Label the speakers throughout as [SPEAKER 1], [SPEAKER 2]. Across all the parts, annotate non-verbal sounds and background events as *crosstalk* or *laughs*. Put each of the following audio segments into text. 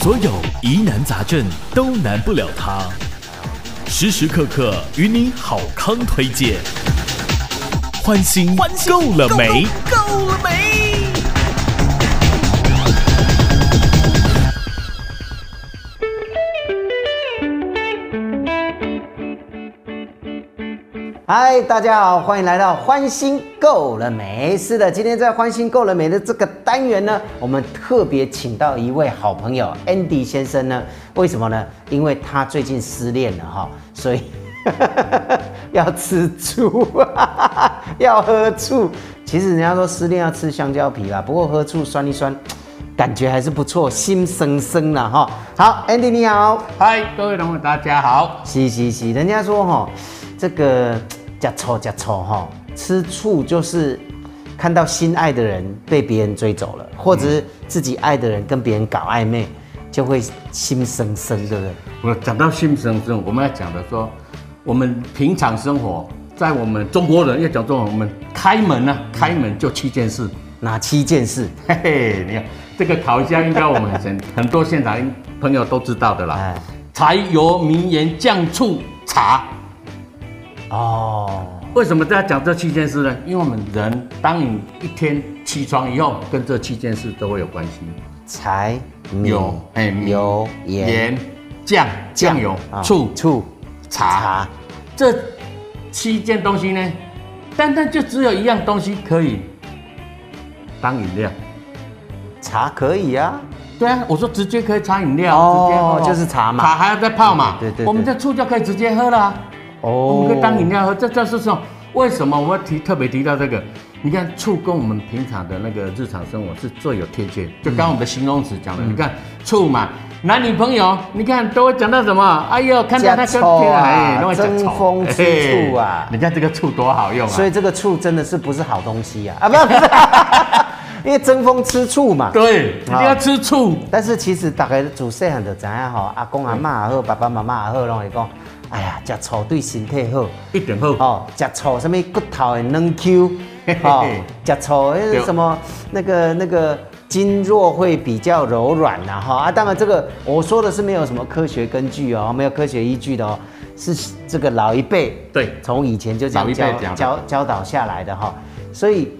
[SPEAKER 1] 所有疑难杂症都难不了他，时时刻刻与你好康推荐。欢欣，
[SPEAKER 2] 欢欣
[SPEAKER 1] 够了没？
[SPEAKER 2] 够了没？
[SPEAKER 3] 嗨，大家好，欢迎来到欢欣够了没？是的，今天在欢欣够了没的这个单元呢，我们特别请到一位好朋友 Andy 先生呢。为什么呢？因为他最近失恋了哈，所以 *laughs* 要吃醋，要喝醋。其实人家说失恋要吃香蕉皮啦，不过喝醋酸一酸，感觉还是不错，心生生了哈。好，Andy 你好。
[SPEAKER 4] 嗨，各位同学，大家好。
[SPEAKER 3] 是是是，人家说哈、这个加醋加醋哈，吃醋就是看到心爱的人被别人追走了，或者是自己爱的人跟别人搞暧昧，就会心生生，对不对？
[SPEAKER 4] 我讲到性生生，我们要讲的说，我们平常生活，在我们中国人要讲中国人，我们开门呢、啊，开门就七件事。
[SPEAKER 3] 哪七件事？
[SPEAKER 4] 嘿嘿，你看这个烤箱，应该我们很 *laughs* 很多现场朋友都知道的啦
[SPEAKER 3] 哎。
[SPEAKER 4] 柴油、名盐、酱醋、茶。
[SPEAKER 3] 哦，
[SPEAKER 4] 为什么大家讲这七件事呢？因为我们人当你一天起床以后，跟这七件事都会有关系。
[SPEAKER 3] 柴米
[SPEAKER 4] 有，哎，米
[SPEAKER 3] 油盐
[SPEAKER 4] 盐、酱、酱油、
[SPEAKER 3] 啊
[SPEAKER 4] 醋、
[SPEAKER 3] 醋
[SPEAKER 4] 茶。
[SPEAKER 3] 茶
[SPEAKER 4] 这七件东西呢，单单就只有一样东西可以当饮料。
[SPEAKER 3] 茶可以啊，
[SPEAKER 4] 对啊，我说直接可以茶饮料，
[SPEAKER 3] 哦
[SPEAKER 4] 直接喝
[SPEAKER 3] 就是茶嘛
[SPEAKER 4] 茶还要再泡嘛。
[SPEAKER 3] 对对对对
[SPEAKER 4] 我们这醋就可以直接喝了、啊，我
[SPEAKER 3] 哦
[SPEAKER 4] 们可以当饮料喝。这这是什么？为什么我要提特别提到这个？你看醋跟我们平常的那个日常生活是最有贴切，就刚刚我们的形容词讲的，
[SPEAKER 3] 嗯
[SPEAKER 4] 你看醋嘛，男女朋友，你看都会讲到什么？哎呦，看哎到那
[SPEAKER 3] 吃
[SPEAKER 4] 个
[SPEAKER 3] 醋啊
[SPEAKER 4] 都会讲醋
[SPEAKER 3] 争风吃醋啊
[SPEAKER 4] 哎人家这个醋多好用啊！
[SPEAKER 3] 所以这个醋真的是不是好东西呀、啊？啊，不是， *laughs* 不是，因为争风吃醋嘛。
[SPEAKER 4] 对，一定要吃醋。
[SPEAKER 3] 但是其实大家自细汉就知影吼，阿公阿嬷也好，爸爸妈妈也好，拢会讲，哎呀，食醋对身体好，
[SPEAKER 4] 一点后，
[SPEAKER 3] 哦，食醋什么骨头会软
[SPEAKER 4] *laughs*
[SPEAKER 3] Q，
[SPEAKER 4] 嘿嘿嘿
[SPEAKER 3] 哦，食醋那是
[SPEAKER 4] 对
[SPEAKER 3] 什么那个那个经络会比较柔软呐、哈、啊，当然这个我说的是没有什么科学根据哦，没有科学依据的哦，是这个老一辈
[SPEAKER 4] 对
[SPEAKER 3] 从以前就这
[SPEAKER 4] 老
[SPEAKER 3] 样
[SPEAKER 4] 一辈
[SPEAKER 3] 教
[SPEAKER 4] 讲的
[SPEAKER 3] 教教导下来的哈、哦所以。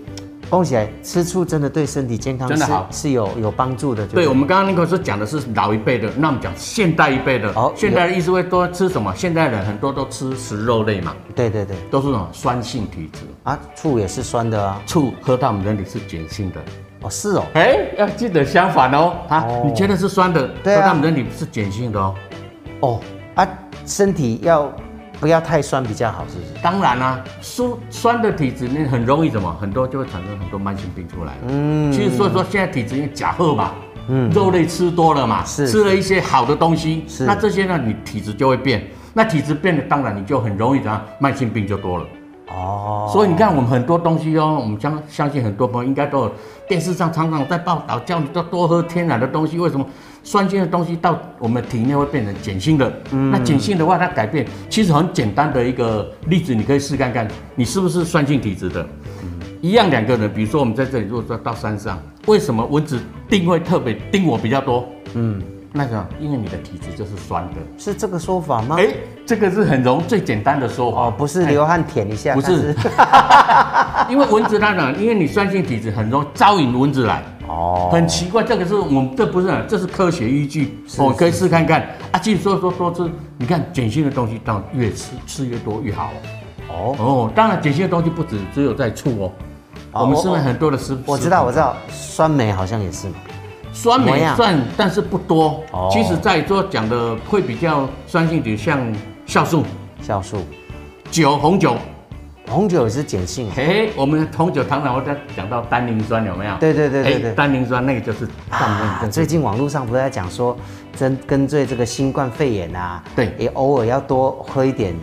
[SPEAKER 3] 恭喜，吃醋真的对身体健康
[SPEAKER 4] 真的
[SPEAKER 3] 是
[SPEAKER 4] 好
[SPEAKER 3] 是有有帮助的。就
[SPEAKER 4] 对我们刚刚那个是讲的是老一辈的，那我们讲现代一辈的。
[SPEAKER 3] 哦
[SPEAKER 4] 现代的意思会多吃什么？现代人很多都吃食肉类嘛，
[SPEAKER 3] 对对对，
[SPEAKER 4] 都是什么酸性体质，
[SPEAKER 3] 啊，醋也是酸的啊。
[SPEAKER 4] 醋喝到我们人体是碱性的。
[SPEAKER 3] 哦，是哦，
[SPEAKER 4] 哎，要记得相反哦，啊
[SPEAKER 3] 哦，
[SPEAKER 4] 你觉得是酸的，
[SPEAKER 3] 对啊
[SPEAKER 4] 喝到我们人体是碱性的哦。
[SPEAKER 3] 哦啊，身体要不要太酸比较好，是不是？
[SPEAKER 4] 当然啦、酸酸的体质那很容易什么，很多就会产生很多慢性病出来。嗯，其实所以说现在体质因为假喝嘛，嗯，肉类吃多了嘛，
[SPEAKER 3] 是
[SPEAKER 4] 吃了一些好的东西，
[SPEAKER 3] 是
[SPEAKER 4] 那这些呢，你体质就会变。那体质变了，当然你就很容易怎样，慢性病就多了。
[SPEAKER 3] 哦，
[SPEAKER 4] 所以你看，我们很多东西哦，我们相相信很多朋友应该都有电视上常常在报道，叫你多多喝天然的东西。为什么酸性的东西到我们体内会变成碱性的？那碱性的话，它改变其实很简单的一个例子，你可以试看看，你是不是酸性体质的？一样两个人，比如说我们在这里，如果说到山上，为什么蚊子叮会特别叮我比较多？嗯，那个因为你的体质就是酸的。
[SPEAKER 3] 是这个说法吗？
[SPEAKER 4] 哎、这个是很容最简单的说法
[SPEAKER 3] 哦，不是
[SPEAKER 4] 哎
[SPEAKER 3] 流汗舔一下，
[SPEAKER 4] 不
[SPEAKER 3] 但
[SPEAKER 4] 是，
[SPEAKER 3] *laughs*
[SPEAKER 4] 因为蚊子它呢，因为你酸性体质很容易招引蚊子来，
[SPEAKER 3] 哦，
[SPEAKER 4] 很奇怪。这个是我们这不是，啊这是科学依据，我可以试看看啊。继续说说说吃，你看碱性的东西，当然越吃吃越多越好
[SPEAKER 3] 哦，
[SPEAKER 4] 哦。哦，当然碱性的东西不止只有在醋
[SPEAKER 3] 哦
[SPEAKER 4] 哦，我们吃
[SPEAKER 3] 我
[SPEAKER 4] 了很多的食，
[SPEAKER 3] 我知
[SPEAKER 4] 食
[SPEAKER 3] 道
[SPEAKER 4] 品
[SPEAKER 3] 我知道，酸梅好像也是嘛，
[SPEAKER 4] 酸
[SPEAKER 3] 怎么
[SPEAKER 4] 梅
[SPEAKER 3] 样
[SPEAKER 4] 算，但是不多
[SPEAKER 3] 哦。
[SPEAKER 4] 其实在做讲的会比较酸性体，像酵素、
[SPEAKER 3] 酵素，
[SPEAKER 4] 酒、红酒。
[SPEAKER 3] 红酒也是碱性啊，
[SPEAKER 4] 嘿嘿，我们红酒常常会在讲到单宁酸，有没有？
[SPEAKER 3] 对对对对对
[SPEAKER 4] 哎单宁酸那个就是上面
[SPEAKER 3] 啊
[SPEAKER 4] 跟
[SPEAKER 3] 最近网络上不是在讲说，针跟对这个新冠肺炎啊，
[SPEAKER 4] 对
[SPEAKER 3] 也偶尔要多喝一点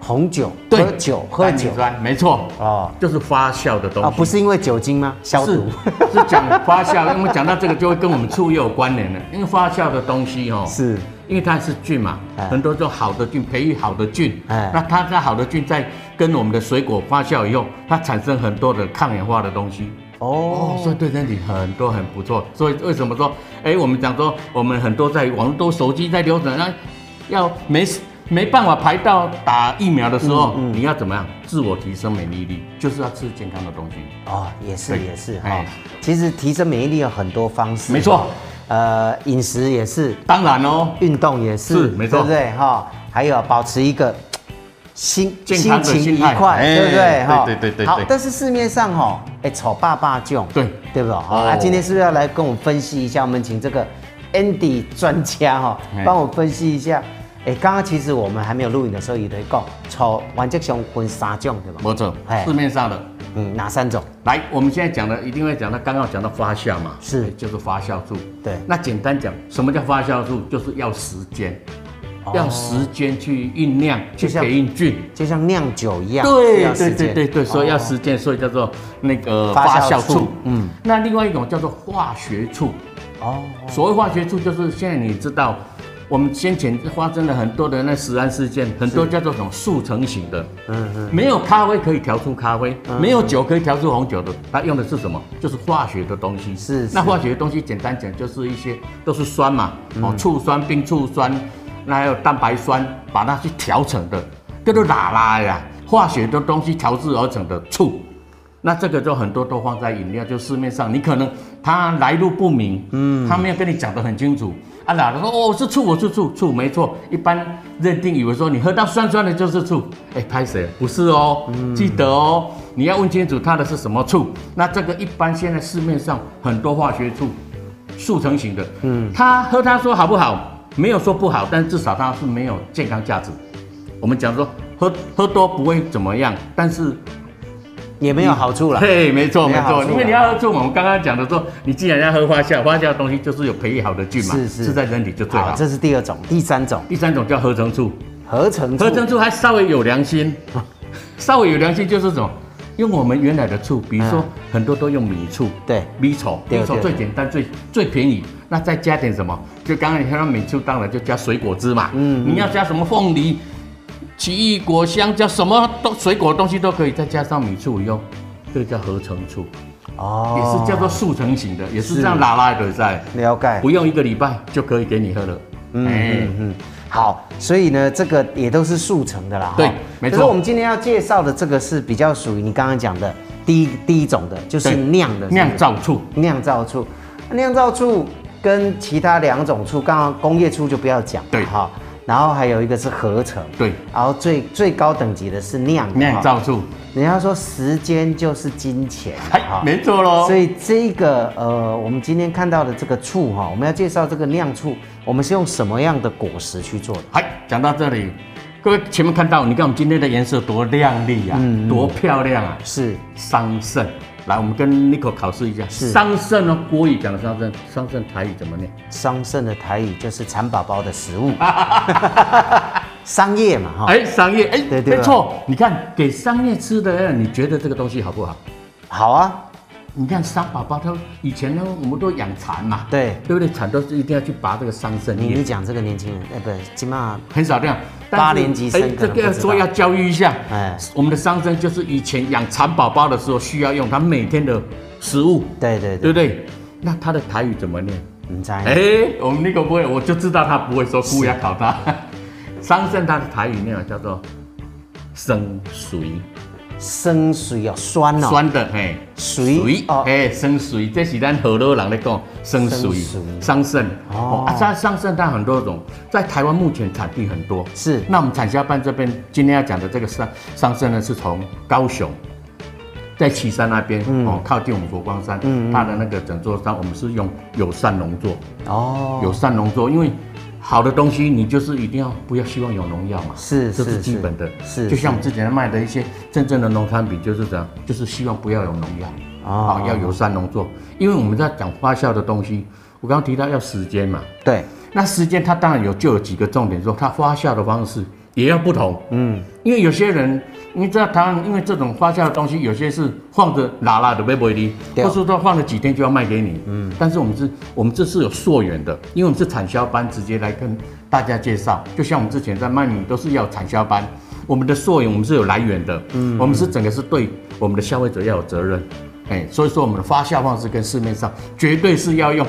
[SPEAKER 3] 红酒，
[SPEAKER 4] 对
[SPEAKER 3] 喝酒喝
[SPEAKER 4] 单
[SPEAKER 3] 酒
[SPEAKER 4] 宁酸，没错，
[SPEAKER 3] 哦
[SPEAKER 4] 就是发酵的东西，
[SPEAKER 3] 啊，不是因为酒精吗？消
[SPEAKER 4] 是
[SPEAKER 3] 毒
[SPEAKER 4] 是讲发酵，因为讲到这个就会跟我们醋也有关联了，因为发酵的东西哦，
[SPEAKER 3] *laughs* 是
[SPEAKER 4] 因为它是菌嘛
[SPEAKER 3] 哎，
[SPEAKER 4] 很多种好的菌培育好的菌，
[SPEAKER 3] 哎
[SPEAKER 4] 那它在好的菌在跟我们的水果发酵以后，它产生很多的抗氧化的东西，哦，所以对身体很多很不错。所以为什么说，哎，我们讲说我们很多在网络、手机在流传，那要没没办法排到打疫苗的时候，
[SPEAKER 3] 嗯
[SPEAKER 4] 你要怎么样自我提升免疫力？就是要吃健康的东西。
[SPEAKER 3] 哦，也是
[SPEAKER 4] 对
[SPEAKER 3] 也是哈、
[SPEAKER 4] 哎
[SPEAKER 3] 其实提升免疫力有很多方式，
[SPEAKER 4] 没错，
[SPEAKER 3] 呃，饮食也是，
[SPEAKER 4] 当然哦，
[SPEAKER 3] 运动也是，
[SPEAKER 4] 是没错
[SPEAKER 3] 对不对哈、还有保持一个心
[SPEAKER 4] 健康的
[SPEAKER 3] 情
[SPEAKER 4] 心
[SPEAKER 3] 愉
[SPEAKER 4] 态
[SPEAKER 3] 快，
[SPEAKER 4] 哎
[SPEAKER 3] 对不对
[SPEAKER 4] 对对对对
[SPEAKER 3] 好
[SPEAKER 4] 对，
[SPEAKER 3] 但是市面上哈、哎，丑爸爸囧，
[SPEAKER 4] 对
[SPEAKER 3] 对不对？好、啊，
[SPEAKER 4] 哦
[SPEAKER 3] 今天是不是要来跟我们分析一下？我们请这个 Andy 专家哈、
[SPEAKER 4] 哎
[SPEAKER 3] 帮我分析一下。哎，刚刚其实我们还没有录影的时候，也在讲，丑完这熊分三种，对吧？
[SPEAKER 4] 没错
[SPEAKER 3] 哎，
[SPEAKER 4] 市面上的。
[SPEAKER 3] 嗯，哪三种？
[SPEAKER 4] 来，我们现在讲的一定会讲到，刚刚有讲到发酵嘛，
[SPEAKER 3] 是
[SPEAKER 4] 就是发酵素。
[SPEAKER 3] 对
[SPEAKER 4] 那简单讲，什么叫发酵素？就是要时间，要时间去酝酿，去
[SPEAKER 3] 哦就像
[SPEAKER 4] 培育菌。
[SPEAKER 3] 就像酿酒一样，需
[SPEAKER 4] 对
[SPEAKER 3] 要
[SPEAKER 4] 对
[SPEAKER 3] 时
[SPEAKER 4] 对
[SPEAKER 3] 间哦
[SPEAKER 4] 对对，所以要实践，所以叫做那个
[SPEAKER 3] 发
[SPEAKER 4] 发
[SPEAKER 3] 酵
[SPEAKER 4] 酵
[SPEAKER 3] 醋
[SPEAKER 4] 醋。
[SPEAKER 3] 嗯
[SPEAKER 4] 嗯，那另外一种叫做化学醋。
[SPEAKER 3] 哦，
[SPEAKER 4] 所谓化学醋，就是现在你知道，我们先前发生了很多的那食安事件，很多叫做什么速成型的。嗯嗯。没有咖啡可以调出咖啡，
[SPEAKER 3] 嗯
[SPEAKER 4] 没有酒可以调出红酒的，它用的是什么？就是化学的东西。
[SPEAKER 3] 是是
[SPEAKER 4] 那化学的东西简单讲就是一些都是酸嘛，哦，醋酸、冰醋酸，那还有蛋白酸，把它去调成的，叫做喇喇呀，化学的东西调制而成的醋。那这个就很多都放在饮料，就市面上，你可能它来路不明，嗯，他没有跟你讲得很清楚。啊，哪的说哦是醋，我是醋，醋没错，一般认定以为说你喝到酸酸的就是醋，哎、拍谁？不是哦，
[SPEAKER 3] 嗯
[SPEAKER 4] 记得哦，你要问清楚它的是什么醋。那这个一般现在市面上很多化学醋，速成型的，嗯，他喝他说好不好？没有说不好，但至少它是没有健康价值。我们讲说喝喝多不会怎么样，但是
[SPEAKER 3] 也没有好处啦。
[SPEAKER 4] *laughs* 对，没错
[SPEAKER 3] 没
[SPEAKER 4] 没
[SPEAKER 3] 有好
[SPEAKER 4] 错，
[SPEAKER 3] 处
[SPEAKER 4] 因为你要喝醋，我们刚刚讲的说，你既然要喝发酵，发酵的东西就是有培育好的菌嘛，
[SPEAKER 3] 是是
[SPEAKER 4] 吃在人体就最
[SPEAKER 3] 好
[SPEAKER 4] 好，。
[SPEAKER 3] 这是第二种，第三种
[SPEAKER 4] 第三种叫合成醋，
[SPEAKER 3] 合成醋
[SPEAKER 4] 合成醋还稍微有良
[SPEAKER 3] *laughs*
[SPEAKER 4] 心，稍微有良心就是什么？用我们原来的醋，比如说很多都用米醋，
[SPEAKER 3] 嗯对
[SPEAKER 4] 米醋，
[SPEAKER 3] 对
[SPEAKER 4] 米醋
[SPEAKER 3] 对
[SPEAKER 4] 最简单、最最便宜。那再加点什么？就刚刚你看到米醋，当然就加水果汁嘛。嗯，你要加什么凤梨、奇异果、香蕉，什么都水果东西都可以，再加上米醋用，这个叫合成醋，也
[SPEAKER 3] 哦
[SPEAKER 4] 是叫做速成型的，也是这样拉拉的在，
[SPEAKER 3] 了解
[SPEAKER 4] 不。用一个礼拜就可以给你喝了。哎，
[SPEAKER 3] 嗯，好，所以呢，这个也都是速成的啦。哈
[SPEAKER 4] 对没错
[SPEAKER 3] 可是我们今天要介绍的这个是比较属于你刚刚讲的第一第一种的，就是
[SPEAKER 4] 对
[SPEAKER 3] 酿的是不是
[SPEAKER 4] 哎酿造醋。
[SPEAKER 3] 酿造醋，酿造醋跟其他两种醋，刚刚工业醋就不要讲了，
[SPEAKER 4] 对
[SPEAKER 3] 哈。然后还有一个是合成，
[SPEAKER 4] 对
[SPEAKER 3] 然后最最高等级的是酿的
[SPEAKER 4] 酿
[SPEAKER 3] 哈
[SPEAKER 4] 造醋，
[SPEAKER 3] 人家说时间就是金钱，
[SPEAKER 4] 哎，没错喽
[SPEAKER 3] 所。以这个呃，我们今天看到的这个醋哈，我们要介绍这个酿醋，我们是用什么样的果实去做的？
[SPEAKER 4] 嗨，讲到这里，各位前面看到，你看我们今天的颜色多亮丽啊，
[SPEAKER 3] 嗯
[SPEAKER 4] 多漂亮啊！
[SPEAKER 3] 是
[SPEAKER 4] 桑葚，来，我们跟 Nico 考试一下，
[SPEAKER 3] 是
[SPEAKER 4] 桑葚哦，国语讲的桑葚，桑葚台语怎么念？
[SPEAKER 3] 桑葚的台语就是蚕宝宝的食
[SPEAKER 4] *laughs*
[SPEAKER 3] 物，商业嘛哈，
[SPEAKER 4] 哎，桑叶，哎
[SPEAKER 3] 哦对，对
[SPEAKER 4] 没错，你看给桑叶吃的，你觉得这个东西好不好？
[SPEAKER 3] 好啊，
[SPEAKER 4] 你看桑宝宝，它以前呢，我们都养蚕嘛，
[SPEAKER 3] 对
[SPEAKER 4] 对不对？蚕都是一定要去拔这个桑葚
[SPEAKER 3] 你
[SPEAKER 4] 叶
[SPEAKER 3] 你，讲这个年轻人，哎、不是，起码
[SPEAKER 4] 很少这样。但是
[SPEAKER 3] 八年级生
[SPEAKER 4] 哎
[SPEAKER 3] 可
[SPEAKER 4] 这
[SPEAKER 3] 能
[SPEAKER 4] 个
[SPEAKER 3] 不
[SPEAKER 4] 要
[SPEAKER 3] 知道
[SPEAKER 4] 说要教育一下。
[SPEAKER 3] 哎
[SPEAKER 4] 哎，我们的桑葚就是以前养蚕宝宝的时候需要用它每天的食物，
[SPEAKER 3] 对对对，
[SPEAKER 4] 对不对？那它的台语怎么念？
[SPEAKER 3] 你猜、
[SPEAKER 4] 哎，我们那个不会，我就知道他不会说故意要考他。桑葚它的台语念法叫做生水，
[SPEAKER 3] 生水哦，酸哦，
[SPEAKER 4] 酸的嘿，
[SPEAKER 3] 水哦
[SPEAKER 4] 哎，生水，这是咱河洛人在讲生水
[SPEAKER 3] 生水，
[SPEAKER 4] 桑葚
[SPEAKER 3] 哦
[SPEAKER 4] 哦，啊，它桑葚它很多种，在台湾目前产地很多，
[SPEAKER 3] 是
[SPEAKER 4] 那我们产销班这边今天要讲的这个桑桑葚呢，是从高雄，在旗山那边、
[SPEAKER 3] 嗯
[SPEAKER 4] 哦，靠近我们佛光山，它的那个整座山，我们是用友善农作，
[SPEAKER 3] 哦，
[SPEAKER 4] 友善农作，因为好的东西你就是一定要不要希望有农药嘛，
[SPEAKER 3] 是
[SPEAKER 4] 这
[SPEAKER 3] 是
[SPEAKER 4] 是基本的，
[SPEAKER 3] 是
[SPEAKER 4] 就像我们之前卖的一些真正的农产品就是这样，就是希望不要有农药，
[SPEAKER 3] 哦
[SPEAKER 4] 啊、要友善农作，因为我们在讲发酵的东西，我刚刚提到要时间嘛，
[SPEAKER 3] 对，
[SPEAKER 4] 那时间它当然有就有几个重点，说它发酵的方式也要不同。嗯，因为有些人，你知道台湾因为这种发酵的东西，有些是放着拉拉的微波里，
[SPEAKER 3] 对
[SPEAKER 4] 或是说放了几天就要卖给你。嗯，但是我们是，我们这是有溯源的，因为我们是产销班，直接来跟大家介绍。就像我们之前在卖米都是要产销班，我们的溯源我们是有来源的，嗯，我们是整个是对我们的消费者要有责任。哎，所以说我们的发酵方式跟市面上绝对是要用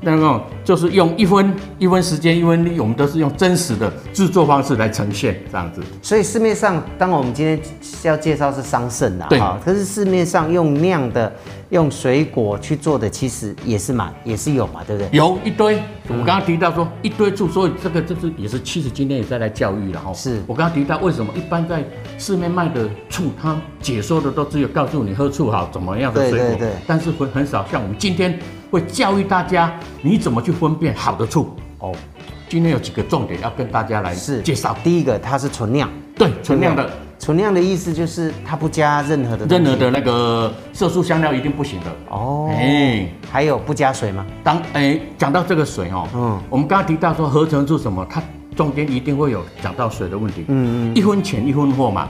[SPEAKER 4] 那种，就是用一分一分时间一分力，我们都是用真实的制作方式来呈现这样子。
[SPEAKER 3] 所以市面上，当然我们今天要介绍是桑葚啦，
[SPEAKER 4] 对
[SPEAKER 3] 哈可是市面上用酿的、用水果去做的，其实也是蛮也是有嘛，对不对？
[SPEAKER 4] 有一堆，我刚刚提到说一堆醋，所以这个就是也是其实今天也在来教育了哈。
[SPEAKER 3] 是
[SPEAKER 4] 我刚刚提到为什么一般在市面卖的醋，它解说的都只有告诉你喝醋好怎么样的
[SPEAKER 3] 对
[SPEAKER 4] 水果，
[SPEAKER 3] 对对
[SPEAKER 4] 但是会很少像我们今天会教育大家你怎么去分辨好的醋。
[SPEAKER 3] 哦，
[SPEAKER 4] 今天有几个重点要跟大家来
[SPEAKER 3] 是
[SPEAKER 4] 介绍，
[SPEAKER 3] 第一个，它是纯酿，
[SPEAKER 4] 对存量的。
[SPEAKER 3] 纯酿的意思就是它不加任何的东
[SPEAKER 4] 任
[SPEAKER 3] 西
[SPEAKER 4] 何的那个色素香料一定不行的。
[SPEAKER 3] 哦
[SPEAKER 4] 哎，
[SPEAKER 3] 还有不加水吗？
[SPEAKER 4] 当哎讲到这个水哦，
[SPEAKER 3] 嗯
[SPEAKER 4] 嗯，我们刚刚提到说合成是什么，它中间一定会有讲到水的问题。嗯嗯，一分钱一分货嘛。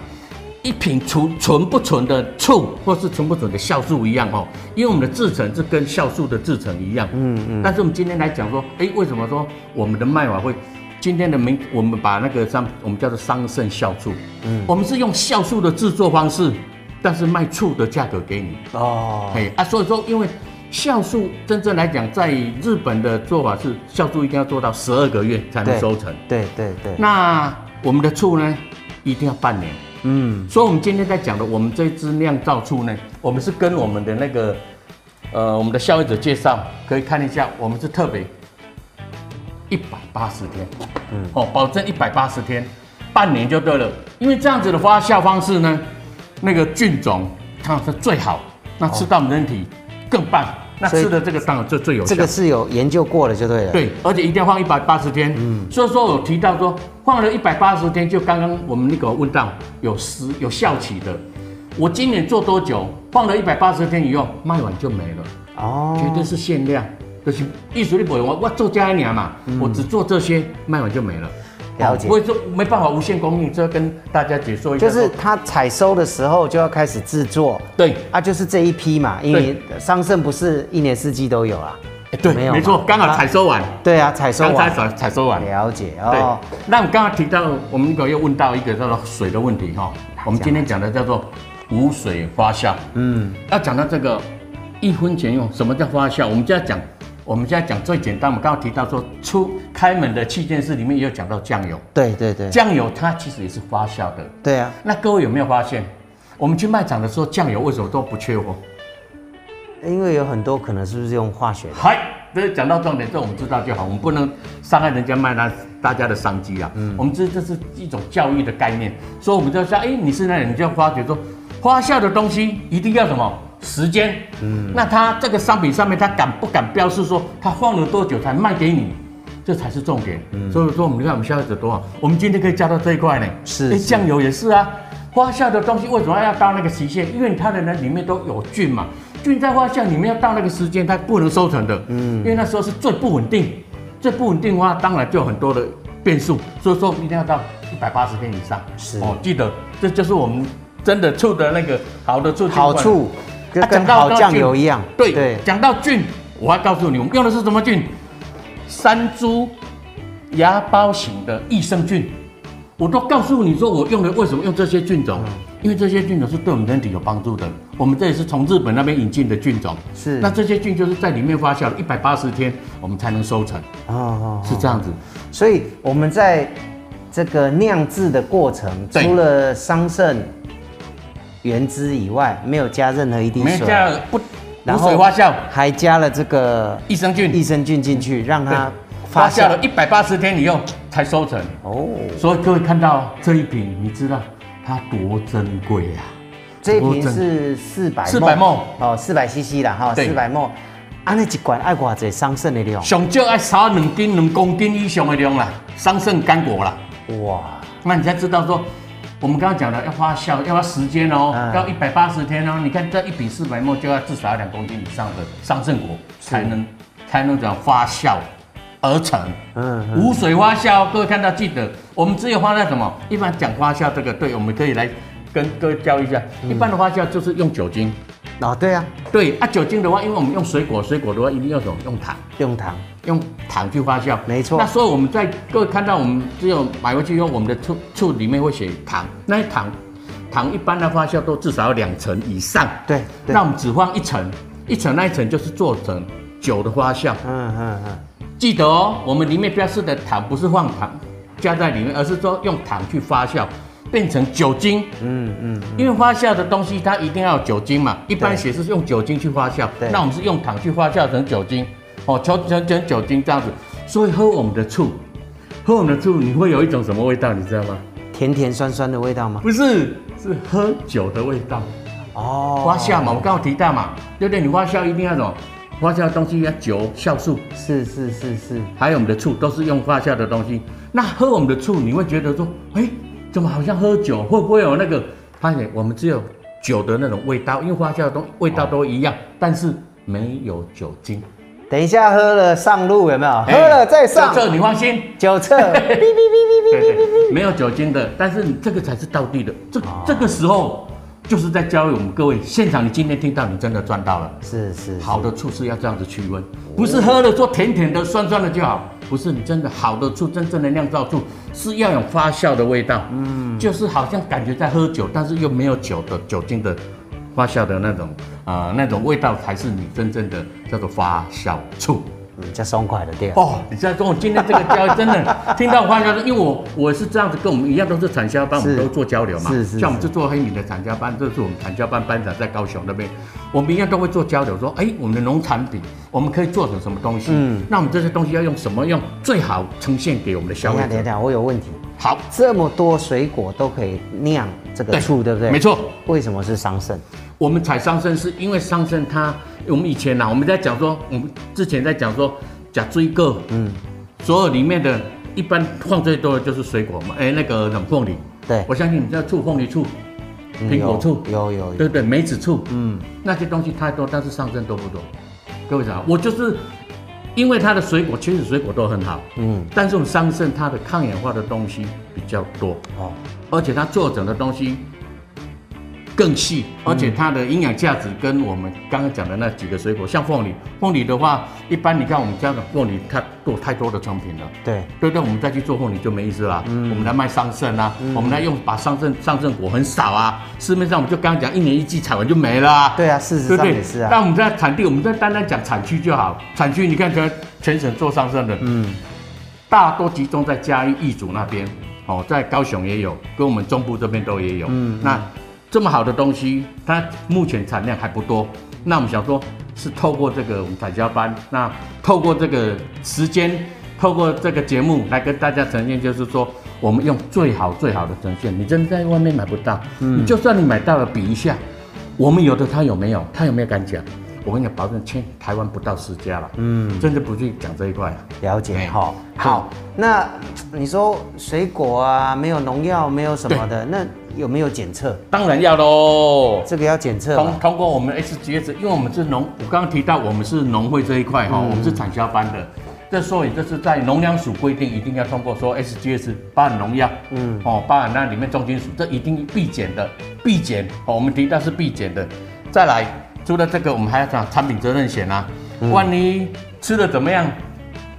[SPEAKER 4] 一瓶纯纯不纯的醋，或是纯不纯的酵素一样哦，因为我们的制成是跟酵素的制成一样。嗯嗯。但是我们今天来讲说，哎，为什么说我们的卖法会？今天的名，我们把那个商，我们叫做桑葚酵素。嗯，我们是用酵素的制作方式，但是卖醋的价格给你。
[SPEAKER 3] 哦，
[SPEAKER 4] 哎啊，所以说，因为酵素真正来讲，在日本的做法是酵素一定要做到十二个月才能
[SPEAKER 3] 对
[SPEAKER 4] 收成。
[SPEAKER 3] 对对对，
[SPEAKER 4] 那我们的醋呢，一定要半年。
[SPEAKER 3] 嗯，
[SPEAKER 4] 所以，我们今天在讲的，我们这支酿造醋呢，我们是跟我们的那个，呃，我们的消费者介绍，可以看一下，我们是特别一百八十天，嗯，哦，保证一百八十天，半年就对了。因为这样子的发酵方式呢，那个菌种它是最好，那吃到我们人体更棒，那
[SPEAKER 3] 所以
[SPEAKER 4] 吃的这个当然最最有
[SPEAKER 3] 这
[SPEAKER 4] 效。
[SPEAKER 3] 个是有研究过的就对了。，
[SPEAKER 4] 对，而且一定要放一百八十天。嗯，所以说我提到说放了一百八十天，就刚刚我们那个问到有时有效期的，我今年做多久？放了一百八十天以后卖完就没了，
[SPEAKER 3] 哦，
[SPEAKER 4] 绝对是限量。就是艺术力不用，我我做加一年嘛，我只做这些，卖完就没了。
[SPEAKER 3] 了解
[SPEAKER 4] 我也说没办法无限供应，这要跟大家解说一下
[SPEAKER 3] 就
[SPEAKER 4] 说。
[SPEAKER 3] 是它采收的时候就要开始制作，
[SPEAKER 4] 对，
[SPEAKER 3] 啊，就是这一批嘛，因为桑葚不是一年四季都有啊。
[SPEAKER 4] 哎对，
[SPEAKER 3] 没有嘛
[SPEAKER 4] 没错，刚好采收完，
[SPEAKER 3] 对啊，采收
[SPEAKER 4] 刚才
[SPEAKER 3] 完，
[SPEAKER 4] 采采收完。
[SPEAKER 3] 了解
[SPEAKER 4] 对
[SPEAKER 3] 哦，，
[SPEAKER 4] 那我们刚刚提到，我们那个又问到一个叫做水的问题哈、我们今天讲的叫做无水发酵。嗯，要讲到这个一分钱用，什么叫发酵？我们就要讲，我们现在讲最简单。我们刚刚提到说，出开门的器件室里面也有讲到酱油，
[SPEAKER 3] 对对对，
[SPEAKER 4] 酱油它其实也是发酵的。
[SPEAKER 3] 对啊，
[SPEAKER 4] 那各位有没有发现，我们去卖场的时候，酱油为什么都不缺货？
[SPEAKER 3] 因为有很多可能是不是用化学的，
[SPEAKER 4] 嗨，这讲到重点，这我们知道就好，我们不能伤害人家卖他大家的商机啊。嗯，我们这这是一种教育的概念，所以我们就说，哎，你是那人，你就要发觉说，花销的东西一定要什么时间？嗯，那他这个商品上面，他敢不敢标示说他放了多久才卖给你？这才是重点，所以说我们看我们消费者多好，我们今天可以加到这一块呢。
[SPEAKER 3] 是
[SPEAKER 4] 哎
[SPEAKER 3] 是
[SPEAKER 4] 酱油也是啊，花酵的东西为什么要到那个期限？因为它的呢里面都有菌嘛，菌在花酵里面要到那个时间，它不能收成的。嗯，因为那时候是最不稳定，最不稳定的话，当然就有很多的变数，所以说一定要到一百八十天以上。
[SPEAKER 3] 是
[SPEAKER 4] 哦，记得这就是我们真的醋的那个好的醋，
[SPEAKER 3] 好处就
[SPEAKER 4] 啊
[SPEAKER 3] 跟
[SPEAKER 4] 讲到
[SPEAKER 3] 好
[SPEAKER 4] 到
[SPEAKER 3] 酱
[SPEAKER 4] 菌
[SPEAKER 3] 油一样，
[SPEAKER 4] 对，讲到菌，我要告诉你，我们用的是什么菌？山猪芽孢型的益生菌。我都告诉你说，我用的为什么用这些菌
[SPEAKER 3] 嗯
[SPEAKER 4] 种？因为这些菌种是对我们人体有帮助的。我们这也是从日本那边引进的菌种，
[SPEAKER 3] 是
[SPEAKER 4] 那这些菌就是在里面发酵了一百八十天，我们才能收成，
[SPEAKER 3] 哦哦，
[SPEAKER 4] 是这样子。
[SPEAKER 3] 所以我们在这个酿制的过程，
[SPEAKER 4] 对
[SPEAKER 3] 除了桑葚原汁以外，没有加任何一滴
[SPEAKER 4] 没
[SPEAKER 3] 水，
[SPEAKER 4] 加不无水发酵，
[SPEAKER 3] 还加了这个
[SPEAKER 4] 益生菌
[SPEAKER 3] 益生菌进去，让它
[SPEAKER 4] 对
[SPEAKER 3] 发
[SPEAKER 4] 发酵了
[SPEAKER 3] 酵。
[SPEAKER 4] 一百八十天以后才收成。
[SPEAKER 3] 哦，
[SPEAKER 4] 所以各位看到这一瓶，你知道它多珍贵啊！
[SPEAKER 3] 这一瓶是四百
[SPEAKER 4] 400 ml
[SPEAKER 3] 哦，四百 CC 啦哈，
[SPEAKER 4] 对
[SPEAKER 3] 四百 ml。啊，那一罐爱偌济桑葚的量？
[SPEAKER 4] 上少要少两斤、两公斤以上的量啦，桑葚干果啦。
[SPEAKER 3] 哇，
[SPEAKER 4] 那你才知道说，我们刚刚讲的要花销，要花时间哦，
[SPEAKER 3] 嗯
[SPEAKER 4] 要一百八十天哦。你看这一瓶四百沫就要至少要两公斤以上的桑葚果才能才能讲发酵而成。
[SPEAKER 3] 嗯
[SPEAKER 4] 嗯，无水发酵哦，各位看到记得，我们只有放在什么？一般讲发酵这个，对，我们可以来跟各位教一下。一般的发酵就是用酒精，
[SPEAKER 3] 哦，对啊，
[SPEAKER 4] 对啊，酒精的话，因为我们用水果，水果的话一定要什么？用糖。
[SPEAKER 3] 用糖
[SPEAKER 4] 用糖去发酵，
[SPEAKER 3] 没错
[SPEAKER 4] 那所以我们在各位看到，我们只有买回去以后，我们的醋醋里面会写糖，那些糖，糖一般的发酵都至少要两层以上，
[SPEAKER 3] 对对
[SPEAKER 4] 那我们只放一层，一层那一层就是做成酒的发酵。
[SPEAKER 3] 嗯嗯嗯，
[SPEAKER 4] 记得哦，我们里面标示的糖不是放糖加在里面，而是说用糖去发酵变成酒精。嗯嗯，因为发酵的东西它一定要有酒精嘛，一般血是用酒精去发酵
[SPEAKER 3] 对，
[SPEAKER 4] 那我们是用糖去发酵成酒精，哦，成成成酒精这样子。所以喝我们的醋，喝我们的醋，你会有一种什么味道，你知道吗？
[SPEAKER 3] 甜甜酸酸的味道吗？
[SPEAKER 4] 不是，是喝酒的味道。
[SPEAKER 3] 哦，
[SPEAKER 4] 发酵嘛，我刚刚有提到嘛，对不对？你发酵一定要什么？发酵的东西要酒、酵素，
[SPEAKER 3] 是是是是，
[SPEAKER 4] 还有我们的醋都是用发酵的东西。那喝我们的醋，你会觉得说，哎，怎么好像喝酒？会不会有那个？发现我们只有酒的那种味道，因为发酵的东味道都一样，但是没有酒精。
[SPEAKER 3] 等一下喝了上路有没有？喝了再上
[SPEAKER 4] 哎这你放心。
[SPEAKER 3] 酒测，
[SPEAKER 4] *laughs*
[SPEAKER 3] 哔哔哔哔哔
[SPEAKER 4] 对
[SPEAKER 3] 哔哔。
[SPEAKER 4] 对，没有酒精的，但是你这个才是道地的。这这个时候就是在教育我们各位，现场你今天听到，你真的赚到了。
[SPEAKER 3] 是是，
[SPEAKER 4] 好的醋是要这样子去温，不是喝了说甜甜的、酸酸的就好，不是你真的好的醋，真正的酿造醋是要有发酵的味道，嗯，就是好像感觉在喝酒，但是又没有酒的酒精的发酵的那种啊、呃那种味道才是你真正的叫做发酵醋。
[SPEAKER 3] 嗯，叫松快的对。
[SPEAKER 4] 哦，你知道跟我今天这个交易真的
[SPEAKER 3] *laughs*
[SPEAKER 4] 听到花销的，因为我我是这样子，跟我们一样都是产销班，我
[SPEAKER 3] 是
[SPEAKER 4] 们都做交流嘛。
[SPEAKER 3] 是是
[SPEAKER 4] 像我们是做黑米的产销班，这是我们产销班班长在高雄那边，我们一样都会做交流，说哎、我们的农产品我们可以做成什么东西？
[SPEAKER 3] 嗯
[SPEAKER 4] 那我们这些东西要用什么用最好呈现给我们的消
[SPEAKER 3] 等一
[SPEAKER 4] 费
[SPEAKER 3] 下等一
[SPEAKER 4] 者？
[SPEAKER 3] 下，我有问题。
[SPEAKER 4] 好，
[SPEAKER 3] 这么多水果都可以酿这个
[SPEAKER 4] 对
[SPEAKER 3] 醋，对不对？
[SPEAKER 4] 没错。
[SPEAKER 3] 为什么是桑葚？
[SPEAKER 4] 我们采桑葚是因为桑葚它，我们以前啊呐、我们在讲说，我们之前在讲说，甲追个，嗯，所有里面的一般放最多的就是水果嘛，哎、那个什么凤梨，
[SPEAKER 3] 对
[SPEAKER 4] 我相信你知道醋凤梨醋、
[SPEAKER 3] 嗯
[SPEAKER 4] 苹果醋，
[SPEAKER 3] 有有有
[SPEAKER 4] 对对，梅子醋，嗯，那些东西太多，但是桑葚都不多。各位讲，我就是因为它的水果，其实水果都很好，
[SPEAKER 3] 嗯
[SPEAKER 4] 嗯，但是我们桑葚它的抗氧化的东西比较多，
[SPEAKER 3] 哦，
[SPEAKER 4] 而且它做成的东西更细，而且它的营养价值跟我们刚刚讲的那几个水果，像凤梨，凤梨的话，一般你看我们家的凤梨，它做太多的成品了。
[SPEAKER 3] 对，
[SPEAKER 4] 对对，我们再去做凤梨就没意思啦。我们来卖桑葚啊，
[SPEAKER 3] 嗯
[SPEAKER 4] 我们来用把桑葚桑葚果很少啊，市面上我们就刚刚讲一年一季采完就没了、啊。
[SPEAKER 3] 对啊，事实
[SPEAKER 4] 对不
[SPEAKER 3] 上
[SPEAKER 4] 对
[SPEAKER 3] 也是？啊。
[SPEAKER 4] 但我们在产地，我们在单单讲产区就好。产区你看全全省做上升的，嗯，大多集中在嘉义义祖那边，哦，在高雄也有，跟我们中部这边都也有。嗯，那这么好的东西，它目前产量还不多。那我们想说，是透过这个我们产销班，那透过这个时间，透过这个节目来跟大家呈现，就是说。我们用最好最好的呈现，你真的在外面买不到，嗯、你就算你买到了，比一下，我们有的他有没有？他有没有敢讲？我跟你讲，保证全台湾不到十家了。嗯，真的不去讲这一块了。
[SPEAKER 3] 了解
[SPEAKER 4] 哎
[SPEAKER 3] 哈、好，那你说水果啊，没有农药，没有什么的，那有没有检测？
[SPEAKER 4] 当然要喽。
[SPEAKER 3] 这个要检测
[SPEAKER 4] 通
[SPEAKER 3] 嘛？
[SPEAKER 4] 通过我们 SGS，因为我们是农，我刚刚提到我们是农会这一块哈、我们是产销班的。这所以这是在农粮署规定一定要通过说 SGS 包含农药，嗯，哦，包含那里面重金属，这一定必检的，必检哦。我们提到是必检的。再来，除了这个，我们还要讲产品责任险啊，万一吃的怎么样，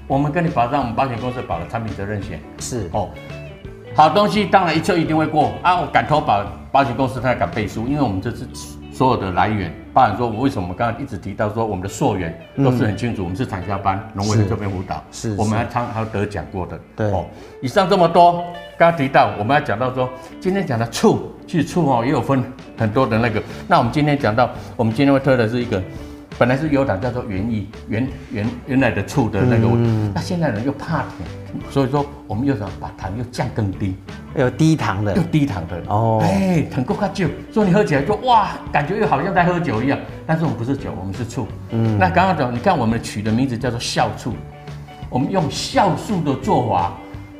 [SPEAKER 4] 我们跟你保障，我们保险公司保了产品责任险。
[SPEAKER 3] 是
[SPEAKER 4] 哦，好东西当然一测一定会过啊！我敢投保保险公司，他也敢背书，因为我们这是所有的来源，包含说我为什么我刚刚一直提到说我们的溯源都是很清楚，我们是产销班，农委会
[SPEAKER 3] 嗯是
[SPEAKER 4] 这边辅导，
[SPEAKER 3] 是
[SPEAKER 4] 我们
[SPEAKER 3] 是
[SPEAKER 4] 还常还有得奖过的。哦
[SPEAKER 3] 对
[SPEAKER 4] 以上这么多，刚刚提到我们要讲到说，今天讲的醋，其实醋哦也有分很多的那个。那我们今天讲到，我们今天会推的是一个。本来是有党叫做原意原原原来的醋的那个味，那现在人又怕甜，所以说我们又想把糖又降更低，
[SPEAKER 3] 有低糖的
[SPEAKER 4] 又，低糖的
[SPEAKER 3] 哦
[SPEAKER 4] 哎，很够快酒，所以你喝起来就哇，感觉又好像在喝酒一样。但是我们不是酒，我们是醋。嗯，那刚刚讲，你看我们取的名字叫做酵醋，我们用酵素的做法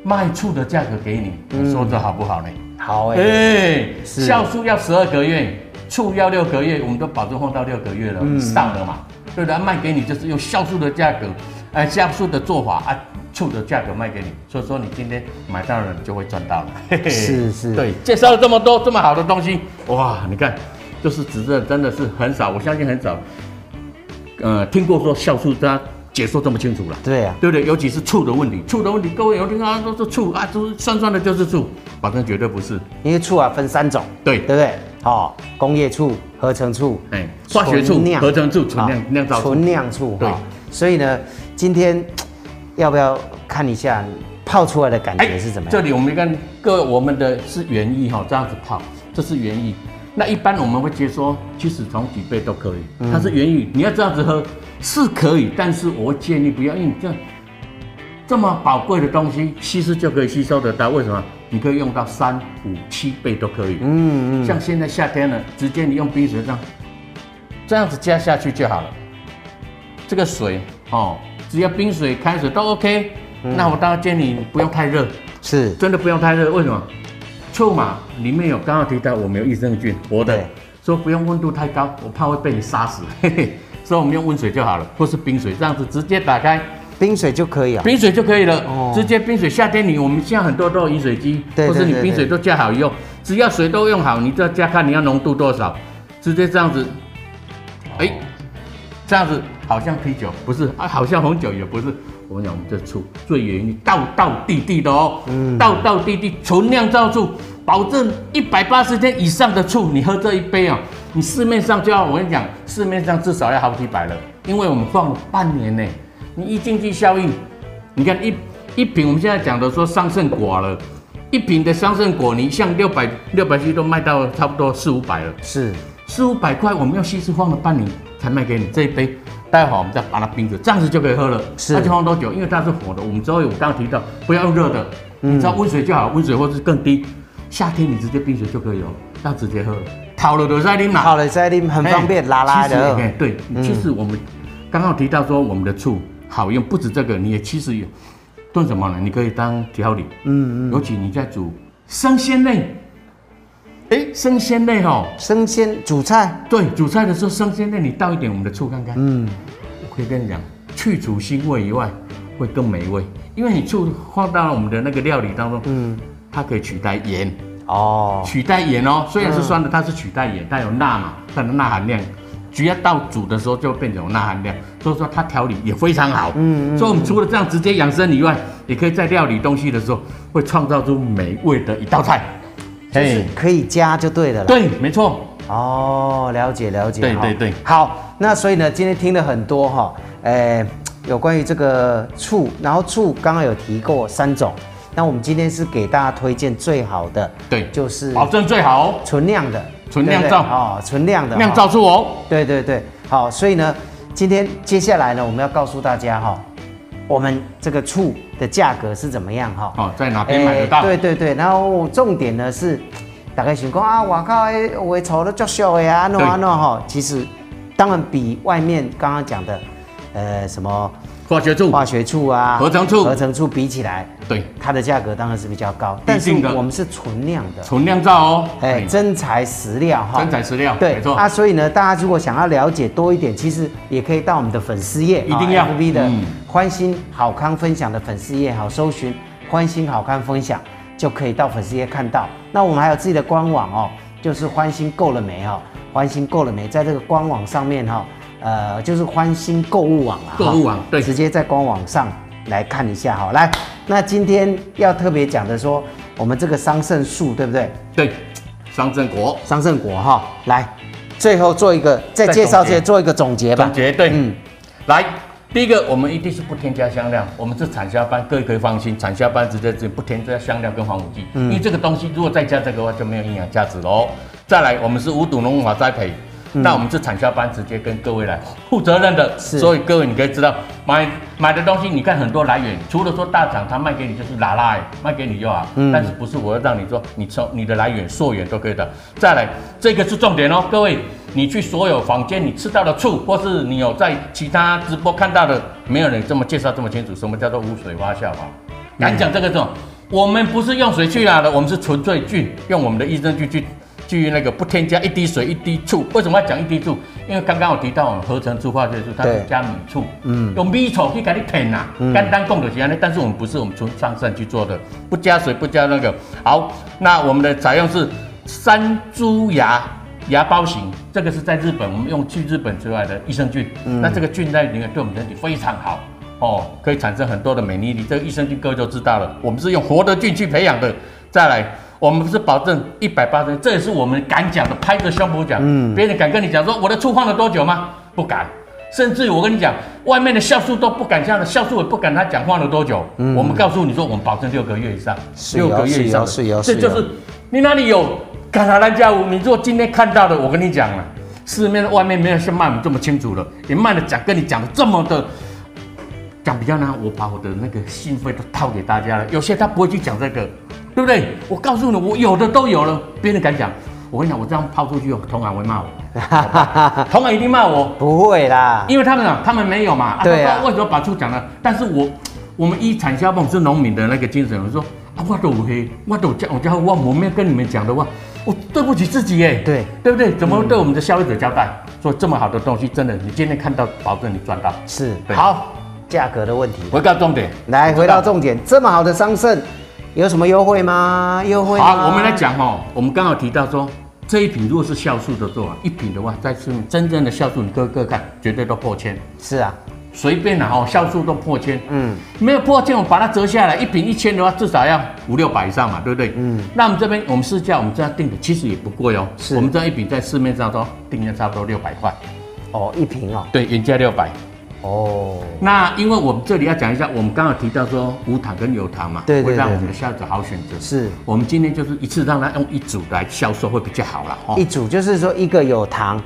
[SPEAKER 4] 卖醋的价格给你，
[SPEAKER 3] 嗯
[SPEAKER 4] 你说这好不好呢？
[SPEAKER 3] 好哎、
[SPEAKER 4] 哎、
[SPEAKER 3] 是
[SPEAKER 4] 酵素要十二个月，醋要六个月，我们都保证放到六个月了，
[SPEAKER 3] 嗯
[SPEAKER 4] 上了嘛，对不对？卖给你就是用酵素的价格，哎，酵素的做法啊，醋的价格卖给你，所以说你今天买到了，你就会赚到了。嘿
[SPEAKER 3] *laughs*
[SPEAKER 4] 嘿
[SPEAKER 3] 是是
[SPEAKER 4] 对，介绍了这么多这么好的东西，哇，你看，就是指这真的是很少，我相信很少，呃，听过说酵素它解说这么清楚了。
[SPEAKER 3] 对啊呀、
[SPEAKER 4] 对不对？尤其是醋的问题，醋的问题，各位有听啊，都是醋啊，都是酸酸的，就是醋，保证绝对不是。
[SPEAKER 3] 因为醋啊分三种，
[SPEAKER 4] 对
[SPEAKER 3] 对不对？哦，工业醋、合成醋、
[SPEAKER 4] 哎，化学醋
[SPEAKER 3] 纯、酿
[SPEAKER 4] 合成醋、纯
[SPEAKER 3] 啊
[SPEAKER 4] 酿酿造醋，
[SPEAKER 3] 纯酿醋
[SPEAKER 4] 对
[SPEAKER 3] 哈。所以呢，今天要不要看一下泡出来的感觉是怎么
[SPEAKER 4] 哎这
[SPEAKER 3] 样？
[SPEAKER 4] 里我们看各位，我们的是原液哈，这样子泡，这是原液。那一般我们会接说，其实从几倍都可以，
[SPEAKER 3] 嗯
[SPEAKER 4] 它是原液，你要这样子喝是可以，但是我建议不要，因为你这样这么宝贵的东西吸收就可以吸收得到，为什么？你可以用到三五七倍都可以。
[SPEAKER 3] 嗯嗯，
[SPEAKER 4] 像现在夏天了，直接你用冰水这样这样子加下去就好了。这个水哦，只要冰水、开水都 OK。那我
[SPEAKER 3] 嗯
[SPEAKER 4] 当然建议你不用太热，
[SPEAKER 3] 是
[SPEAKER 4] 真的不用太热。为什么？臭嘛，里面有刚刚提到我们有益生菌，活的
[SPEAKER 3] 对，
[SPEAKER 4] 说不用温度太高，我怕会被你杀死。 *laughs* 嘿嘿，所以我们用温水就好了，或是冰水，这样子直接打开
[SPEAKER 3] 冰水就可以啊、
[SPEAKER 4] 冰水就可以了。
[SPEAKER 3] 哦
[SPEAKER 4] 直接冰水，夏天你我们现在很多都有饮水机，
[SPEAKER 3] 对对
[SPEAKER 4] 或是你
[SPEAKER 3] 对
[SPEAKER 4] 冰水
[SPEAKER 3] 对
[SPEAKER 4] 都加好以后，只要水都用好，你再加看你要浓度多少，直接这样子，哎、这样子好像啤酒不是啊，好像红酒也不是。我们讲我们这醋最原道道地地的哦，道道地地纯酿造醋，保证一百八十天以上的醋，你喝这一杯哦，你市面上就要我跟你讲，市面上至少要好几百了，因为我们放了半年呢，你一经济效益，你看一一瓶我们现在讲的说桑葚果了，一瓶的桑葚果你像六百六百七都卖到差不多四五百了。
[SPEAKER 3] 是
[SPEAKER 4] 四五百块，我们用稀释放了半年才卖给你这一杯，待会儿我们再把它冰着，这样子就可以喝了。
[SPEAKER 3] 是
[SPEAKER 4] 那就放多久？因为它是火的，我们之后有刚刚提到不要用热的，
[SPEAKER 3] 嗯
[SPEAKER 4] 你知道温水就好，温水或是更低。夏天你直接冰水就可以了，要直接喝了，烤了的在你买，
[SPEAKER 3] 好了，在那很方便，
[SPEAKER 4] 哎
[SPEAKER 3] 拉拉的
[SPEAKER 4] 其实哎
[SPEAKER 3] 哦，
[SPEAKER 4] 对，其实我们刚刚有提到说我们的醋好用，不止这个，你也其实有炖什么呢？你可以当调理，嗯嗯，尤其你在煮生鲜类，哎，生鲜类哦。
[SPEAKER 3] 生鲜煮菜
[SPEAKER 4] 对，煮菜的时候生鲜类，你倒一点我们的醋看看。嗯，我可以跟你讲，去除腥味以外，会更美味，因为你醋放到我们的那个料理当中，嗯，它可以取代盐，
[SPEAKER 3] 哦，
[SPEAKER 4] 取代盐哦，虽然是酸的，它是取代盐，它有钠嘛，它的钠含量。只要到煮的时候就变成有钠含量，所以说它调理也非常好。嗯所以我们除了这样直接养生以外，也可以在料理东西的时候，会创造出美味的一道菜。
[SPEAKER 3] 就是可以加就对了啦。
[SPEAKER 4] 对，没错。
[SPEAKER 3] 哦，了解了解。
[SPEAKER 4] 对
[SPEAKER 3] 哈
[SPEAKER 4] 对对
[SPEAKER 3] 好，那所以呢，今天听了很多哈，呃，有关于这个醋，然后醋刚刚有提过三种，那我们今天是给大家推荐最好的，
[SPEAKER 4] 对
[SPEAKER 3] 就是
[SPEAKER 4] 保证最好哦，
[SPEAKER 3] 纯酿的，
[SPEAKER 4] 纯
[SPEAKER 3] 对不对
[SPEAKER 4] 酿造
[SPEAKER 3] 哦，纯酿的
[SPEAKER 4] 酿
[SPEAKER 3] 哈
[SPEAKER 4] 造出哦。
[SPEAKER 3] 对对对，好，所以呢，今天接下来呢，我们要告诉大家哈、我们这个醋的价格是怎么样哈、
[SPEAKER 4] 哦在哪边买得到
[SPEAKER 3] 哎对对对，然后重点呢是，大概想讲啊，我靠，哎我的炒的足俗的啊，那
[SPEAKER 4] 对
[SPEAKER 3] 啊那哈，其实当然比外面刚刚讲的，呃，什么
[SPEAKER 4] 化学醋，
[SPEAKER 3] 化学醋啊、
[SPEAKER 4] 合成醋
[SPEAKER 3] 合成醋比起来，
[SPEAKER 4] 对，
[SPEAKER 3] 它的价格当然是比较高，
[SPEAKER 4] 一
[SPEAKER 3] 但是
[SPEAKER 4] 定的
[SPEAKER 3] 我们是纯酿的，
[SPEAKER 4] 纯酿造哦，
[SPEAKER 3] 哎，
[SPEAKER 4] 真
[SPEAKER 3] 真材实料哈，
[SPEAKER 4] 真材实料，
[SPEAKER 3] 对
[SPEAKER 4] 没错，
[SPEAKER 3] 啊，所以呢，大家如果想要了解多一点，其实也可以到我们的粉丝页，
[SPEAKER 4] 一定要
[SPEAKER 3] FB 的
[SPEAKER 4] 嗯
[SPEAKER 3] 欢欣好康分享的粉丝页，好搜寻欢欣好康分享就可以到粉丝页看到。那我们还有自己的官网哦，就是欢欣够了没哦，欢欣够了没，在这个官网上面哈、呃，就是欢欣购物网啊，
[SPEAKER 4] 购物网
[SPEAKER 3] 哈
[SPEAKER 4] 对
[SPEAKER 3] 直接在官网上来看一下哈。来，那今天要特别讲的说，我们这个桑葚树对不对？
[SPEAKER 4] 对，桑葚果
[SPEAKER 3] 桑葚果哈，来，最后做一个再介绍
[SPEAKER 4] 再总结
[SPEAKER 3] 这做一个总结吧
[SPEAKER 4] 总。结对，
[SPEAKER 3] 嗯 *laughs*
[SPEAKER 4] 嗯，来。第一个，我们一定是不添加香料，我们是产销班，各位可以放心，产销班直接是不添加香料跟防腐剂，
[SPEAKER 3] 嗯
[SPEAKER 4] 因为这个东西如果再加这个的话就没有营养价值喽。再来，我们是无毒农法栽培，那我们是产销班直接跟各位来负责任的，
[SPEAKER 3] 嗯是
[SPEAKER 4] 所以各位你可以知道买买的东西，你看很多来源，除了说大厂他卖给你就是拉拉欸卖给你就好，但是不是我要让你说你从你的来源溯源都可以的。再来，这个是重点哦，各位，你去所有房间你吃到的醋，或是你有在其他直播看到的，没有人这么介绍这么清楚，什么叫做污水发酵法？敢讲这个种，我们不是用水去拉的，我们是纯粹菌，用我们的益生菌去去那个不添加一滴水一滴醋。为什么要讲一滴醋？因为刚刚我提到我们合成醋化学醋，它
[SPEAKER 3] 对
[SPEAKER 4] 是加米醋，嗯，用米醋去给你骗呐、啊，单单供的这样但是我们不是我们纯上身去做的，不加水不加那个。好，那我们的采用是山猪牙芽孢型，这个是在日本我们用去日本出来的益生菌，那这个菌在里面对我们身体非常好哦，可以产生很多的免疫力。这个益生菌各位都知道了，我们是用活的菌去培养的。再来，我们是保证一百八十，这也是我们敢讲的，拍着胸脯讲。别人敢跟你讲说我的醋放了多久吗？不敢。甚至于我跟你讲，外面的酵素都不敢这样的，酵素也不敢他讲放了多久。我们告诉你说，我们保证六个月以上，
[SPEAKER 3] 嗯是有
[SPEAKER 4] 六个月以上的，
[SPEAKER 3] 是有是啊
[SPEAKER 4] 这
[SPEAKER 3] 有
[SPEAKER 4] 就是你哪里有卡塔兰加舞？你如果今天看到的，我跟你讲了，市面外面没有像卖我们这么清楚了，也卖的讲跟你讲的这么的。讲比较难，我把我的那个心扉都套给大家了。有些他不会去讲这个，对不对？我告诉你，我有的都有了，别人敢讲。我跟你讲，我这样抛出去，同行会骂我，同行一定骂我。
[SPEAKER 3] 不会啦，
[SPEAKER 4] 因为他们啊，他们没有嘛，
[SPEAKER 3] 对啊
[SPEAKER 4] 他不知道为什么把醋讲了？但是我我们一产销梦是农民的那个精神，我说啊，我都有黑，我都有这样我叫我我没有跟你们讲的话，我对不起自己耶，
[SPEAKER 3] 对嗯
[SPEAKER 4] 对不对？怎么对我们的消费者交代？说这么好的东西，真的，你今天看到，保证你赚到。
[SPEAKER 3] 是
[SPEAKER 4] 对
[SPEAKER 3] 好价格的问题。
[SPEAKER 4] 回到重点，
[SPEAKER 3] 来，回到
[SPEAKER 4] 重。
[SPEAKER 3] 重点，这么好的桑葚，有什么优惠吗？优惠吗
[SPEAKER 4] 好，我们来，讲哦，我们刚好提到说，这一瓶如果是酵素的做法，一瓶的话，再是真正的酵素，你各个看，绝对都破千，
[SPEAKER 3] 是啊，
[SPEAKER 4] 随便啦哦，酵素都破千，
[SPEAKER 3] 嗯，
[SPEAKER 4] 没有破千，我把它折下来，一瓶一千的话，至少要五六百以上嘛，对不对？嗯，那我们这边我们市价我们这样定的，其实也不贵哦，
[SPEAKER 3] 是
[SPEAKER 4] 我们这样一瓶在市面上都定价差不多六百块，
[SPEAKER 3] 哦，一瓶哦，
[SPEAKER 4] 对，原价六百。
[SPEAKER 3] 哦，
[SPEAKER 4] 那因为我们这里要讲一下，我们刚好提到说无糖跟有糖嘛，
[SPEAKER 3] 对对
[SPEAKER 4] 会让
[SPEAKER 3] 对
[SPEAKER 4] 我们的消费者好选择。
[SPEAKER 3] 是
[SPEAKER 4] 我们今天就是一次让他用一组来销售会比较好啦。
[SPEAKER 3] 一
[SPEAKER 4] 哦，
[SPEAKER 3] 组就是说一个有糖，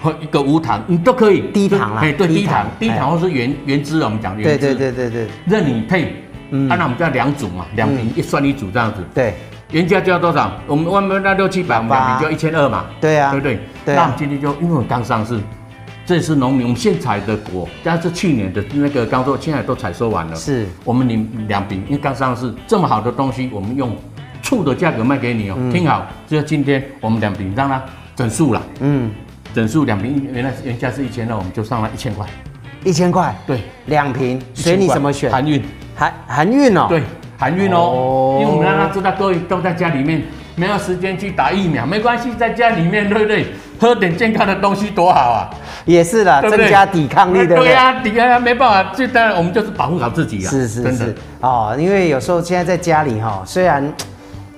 [SPEAKER 4] 或一个无糖，嗯你都可以
[SPEAKER 3] 低糖啦
[SPEAKER 4] 哎，对，
[SPEAKER 3] 低
[SPEAKER 4] 低
[SPEAKER 3] 糖
[SPEAKER 4] 糖，低
[SPEAKER 3] 哎
[SPEAKER 4] 糖或是原原汁啊，我们讲
[SPEAKER 3] 对
[SPEAKER 4] 原汁，
[SPEAKER 3] 对，对对对
[SPEAKER 4] 任你配。嗯，那我们叫两组嘛，
[SPEAKER 3] 嗯
[SPEAKER 4] 两瓶一算一组这样子，
[SPEAKER 3] 对，
[SPEAKER 4] 原价就要多少？我们外面那六七百，我们两瓶就一千二嘛，
[SPEAKER 3] 对啊
[SPEAKER 4] 对不对？
[SPEAKER 3] 对啊
[SPEAKER 4] 那我们今天就因为我们刚上市，这是农民，我们现采的果，但是去年的那个刚做，现在都采收完了，
[SPEAKER 3] 是
[SPEAKER 4] 我们领两瓶，因为刚上市，这么好的东西，我们用醋的价格卖给你哦、
[SPEAKER 3] 嗯
[SPEAKER 4] 听好，这今天我们两瓶让它整数了，
[SPEAKER 3] 嗯，
[SPEAKER 4] 整数两瓶原来原价是一千二，我们就上了一千块，
[SPEAKER 3] 一千块，
[SPEAKER 4] 对，
[SPEAKER 3] 两瓶，随
[SPEAKER 4] 1000
[SPEAKER 3] 你
[SPEAKER 4] 块
[SPEAKER 3] 怎么选，
[SPEAKER 4] 含运，
[SPEAKER 3] 含含运哦，
[SPEAKER 4] 对，含运哦、
[SPEAKER 3] 哦
[SPEAKER 4] 因为我们让他知道各位都在家里面。没有时间去打疫苗，没关系，在家里面，对不对？喝点健康的东西多好啊！
[SPEAKER 3] 也是啦，
[SPEAKER 4] 对不对
[SPEAKER 3] 增加抵抗力，对不
[SPEAKER 4] 对
[SPEAKER 3] 对？
[SPEAKER 4] 呀、抵抗力没办法，这当然我们就是保护好自己啊。
[SPEAKER 3] 是是
[SPEAKER 4] 真的
[SPEAKER 3] 是，哦，因为有时候现在在家里哈，虽然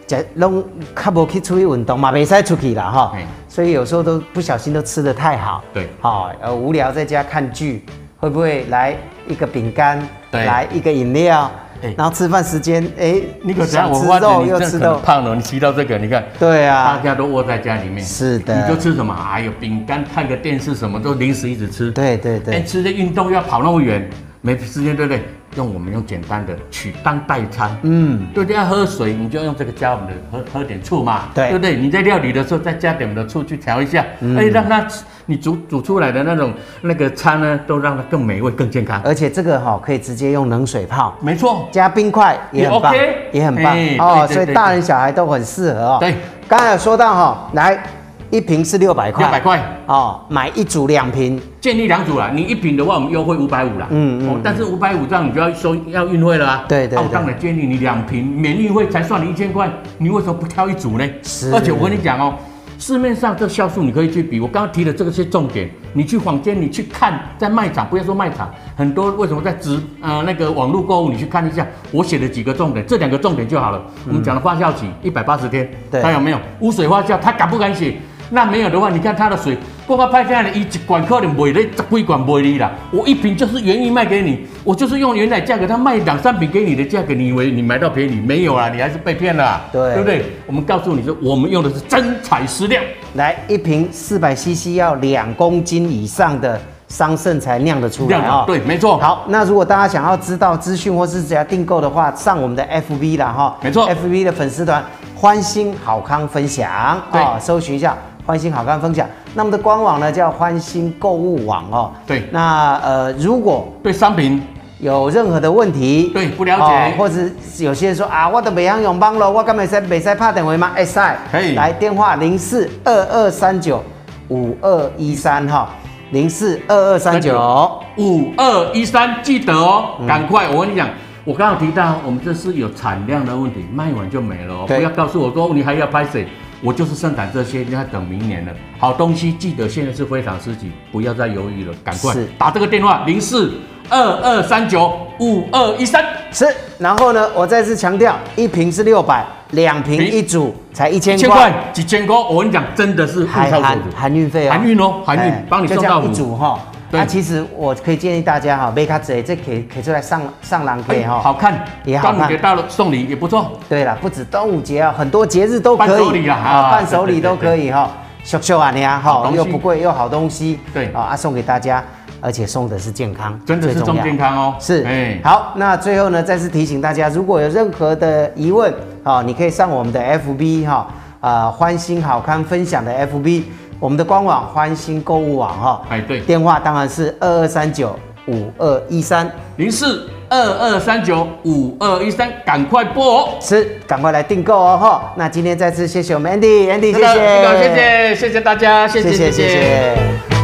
[SPEAKER 3] 在拢较无去出去运动嘛，没使出去啦哈
[SPEAKER 4] 嘿，
[SPEAKER 3] 所以有时候都不小心都吃的太好，
[SPEAKER 4] 对
[SPEAKER 3] 好、呃无聊在家看剧，会不会来一个饼干，
[SPEAKER 4] 对
[SPEAKER 3] 来一个饮料，
[SPEAKER 4] 哎
[SPEAKER 3] 然后吃饭时间哎，
[SPEAKER 4] 你可想
[SPEAKER 3] 想
[SPEAKER 4] 我
[SPEAKER 3] 吃
[SPEAKER 4] 发觉
[SPEAKER 3] 肉
[SPEAKER 4] 你
[SPEAKER 3] 又
[SPEAKER 4] 这
[SPEAKER 3] 吃
[SPEAKER 4] 可能
[SPEAKER 3] 肉，
[SPEAKER 4] 胖了，你提到这个，你看
[SPEAKER 3] 对
[SPEAKER 4] 大
[SPEAKER 3] 啊，
[SPEAKER 4] 家都窝在家里面，
[SPEAKER 3] 是的
[SPEAKER 4] 你就吃什么？哎呦，饼干、看个电视，什么都零食一直吃。
[SPEAKER 3] 对对
[SPEAKER 4] 哎，
[SPEAKER 3] 对，
[SPEAKER 4] 吃的运动又要跑那么远，没时间，对不对？用我们用简单的取当代餐，
[SPEAKER 3] 嗯，
[SPEAKER 4] 对不对？要喝水，你就用这个加我们的喝喝点醋嘛，
[SPEAKER 3] 对嗯
[SPEAKER 4] 不对？你在料理的时候再加点我们的醋去调一下，哎，让它你煮煮出来的那种那个餐呢，都让它更美味、更健康。
[SPEAKER 3] 而且这个哈、可以直接用冷水泡。
[SPEAKER 4] 没错，
[SPEAKER 3] 加冰块也很棒，
[SPEAKER 4] 也 OK
[SPEAKER 3] 也很棒
[SPEAKER 4] 哎
[SPEAKER 3] 哦，
[SPEAKER 4] 对对
[SPEAKER 3] 所以
[SPEAKER 4] 对
[SPEAKER 3] 大人小孩都很适合哦。
[SPEAKER 4] 对，
[SPEAKER 3] 刚才有说到哈、来一瓶是六百块，
[SPEAKER 4] 600块
[SPEAKER 3] 哦，买一组两瓶，
[SPEAKER 4] 建立两组啦，你一瓶的话，我们优惠五百五啦。
[SPEAKER 3] 嗯
[SPEAKER 4] 嗯
[SPEAKER 3] 嗯
[SPEAKER 4] 嗯。哦，但是五百五这样你就要收要运费了啊。
[SPEAKER 3] 对对
[SPEAKER 4] 那我
[SPEAKER 3] 对
[SPEAKER 4] 当然建议你两瓶免运费才算你一千块，你为什么不挑一组呢？
[SPEAKER 3] 是
[SPEAKER 4] 而且我跟你讲哦，市面上这个酵素你可以去比，我刚刚提的这个是重点。你去坊间你去看，在卖场不要说卖场，很多为什么在直呃那个网络购物你去看一下，我写的几个重点，这两个重点就好了。我们讲的发酵期一百八十天，
[SPEAKER 3] 对
[SPEAKER 4] 它有没有污水发酵？它敢不敢写？那没有的话，你看它的水，我告拍下来，一管可能卖了十几管卖你啦。我一瓶就是原意卖给你，我就是用原来价格，他卖两三瓶给你的价格，你以为你买到便宜？没有啦，你还是被骗了啊，
[SPEAKER 3] 对
[SPEAKER 4] 对不对？我们告诉你说，我们用的是真材实料，
[SPEAKER 3] 来一瓶四百 CC 要两公斤以上的桑葚才酿得出
[SPEAKER 4] 这
[SPEAKER 3] 来
[SPEAKER 4] 样
[SPEAKER 3] 哦
[SPEAKER 4] 的。对，没错。，
[SPEAKER 3] 好，那如果大家想要知道资讯或是只要订购的话，上我们的 FB 啦哈，
[SPEAKER 4] 没错
[SPEAKER 3] ，FB 的粉丝团欢欣好康分享啊、
[SPEAKER 4] 对
[SPEAKER 3] 搜寻一下欢欣好康分享。那我们的官网呢叫欢欣购物网哦。
[SPEAKER 4] 对
[SPEAKER 3] 那呃，如果
[SPEAKER 4] 对商品
[SPEAKER 3] 有任何的问题，哦
[SPEAKER 4] 对不了解
[SPEAKER 3] 或者有些人说啊，我都未晓用网络，我敢袂使袂使拍电话吗？会使，
[SPEAKER 4] 可以
[SPEAKER 3] 来电话零四二二三九五二一三哈，零四二二三九。
[SPEAKER 4] 五二一三，记得哦，
[SPEAKER 3] 嗯
[SPEAKER 4] 赶快！我跟你讲，我刚刚提到我们这是有产量的问题，卖完就没了、哦，
[SPEAKER 3] 对
[SPEAKER 4] 不要告诉我说你还要拍谁。我就是生产这些，要等明年了。好东西记得现在是非常时期，不要再犹豫了，赶快
[SPEAKER 3] 是
[SPEAKER 4] 打这个电话零四二二三九五二一三。
[SPEAKER 3] 是，然后呢，我再次强调，一瓶是六百，两瓶
[SPEAKER 4] 瓶
[SPEAKER 3] 一组才一
[SPEAKER 4] 一
[SPEAKER 3] 千
[SPEAKER 4] 千
[SPEAKER 3] 块
[SPEAKER 4] 块，，几千块，我跟你讲，真的是物
[SPEAKER 3] 还
[SPEAKER 4] 超所
[SPEAKER 3] 含
[SPEAKER 4] 值。
[SPEAKER 3] 含运费哦，
[SPEAKER 4] 含运哦含运
[SPEAKER 3] 哎
[SPEAKER 4] 帮你
[SPEAKER 3] 就
[SPEAKER 4] 送
[SPEAKER 3] 这样
[SPEAKER 4] 到
[SPEAKER 3] 一
[SPEAKER 4] 五
[SPEAKER 3] 组哈。
[SPEAKER 4] 对
[SPEAKER 3] 那其实我可以建议大家哈，贝卡子这可以可以出来上上狼可以哈。
[SPEAKER 4] 哎好看，
[SPEAKER 3] 哦也好
[SPEAKER 4] 端午
[SPEAKER 3] 看
[SPEAKER 4] 节到了，送礼也不错。
[SPEAKER 3] 对了，不止端午节啊，很多节日都可以，
[SPEAKER 4] 伴手礼啊啊
[SPEAKER 3] 伴手礼都可以哈，秀秀啊你啊
[SPEAKER 4] 好
[SPEAKER 3] 哈，
[SPEAKER 4] 东西
[SPEAKER 3] 又不贵又好东西，
[SPEAKER 4] 对
[SPEAKER 3] 啊啊送给大家，而且送的是健康，
[SPEAKER 4] 真的是
[SPEAKER 3] 最重要
[SPEAKER 4] 重健康哦
[SPEAKER 3] 是，
[SPEAKER 4] 哎
[SPEAKER 3] 好，那最后呢，再次提醒大家，如果有任何的疑问啊，你可以上我们的 FB 哈，啊欢欣好康分享的 FB，我们的官网欢欣购物网哈，
[SPEAKER 4] 哎对
[SPEAKER 3] 电话当然是二二三九五二一三。
[SPEAKER 4] 零四二二三九五二一三，赶快拨哦。
[SPEAKER 3] 是，赶快来订购哦哈！那今天再次谢谢我们 Andy，Andy
[SPEAKER 4] 这
[SPEAKER 3] 谢
[SPEAKER 4] 个
[SPEAKER 3] 谢，
[SPEAKER 4] 这个，谢谢谢谢大家，谢谢
[SPEAKER 3] 谢谢谢谢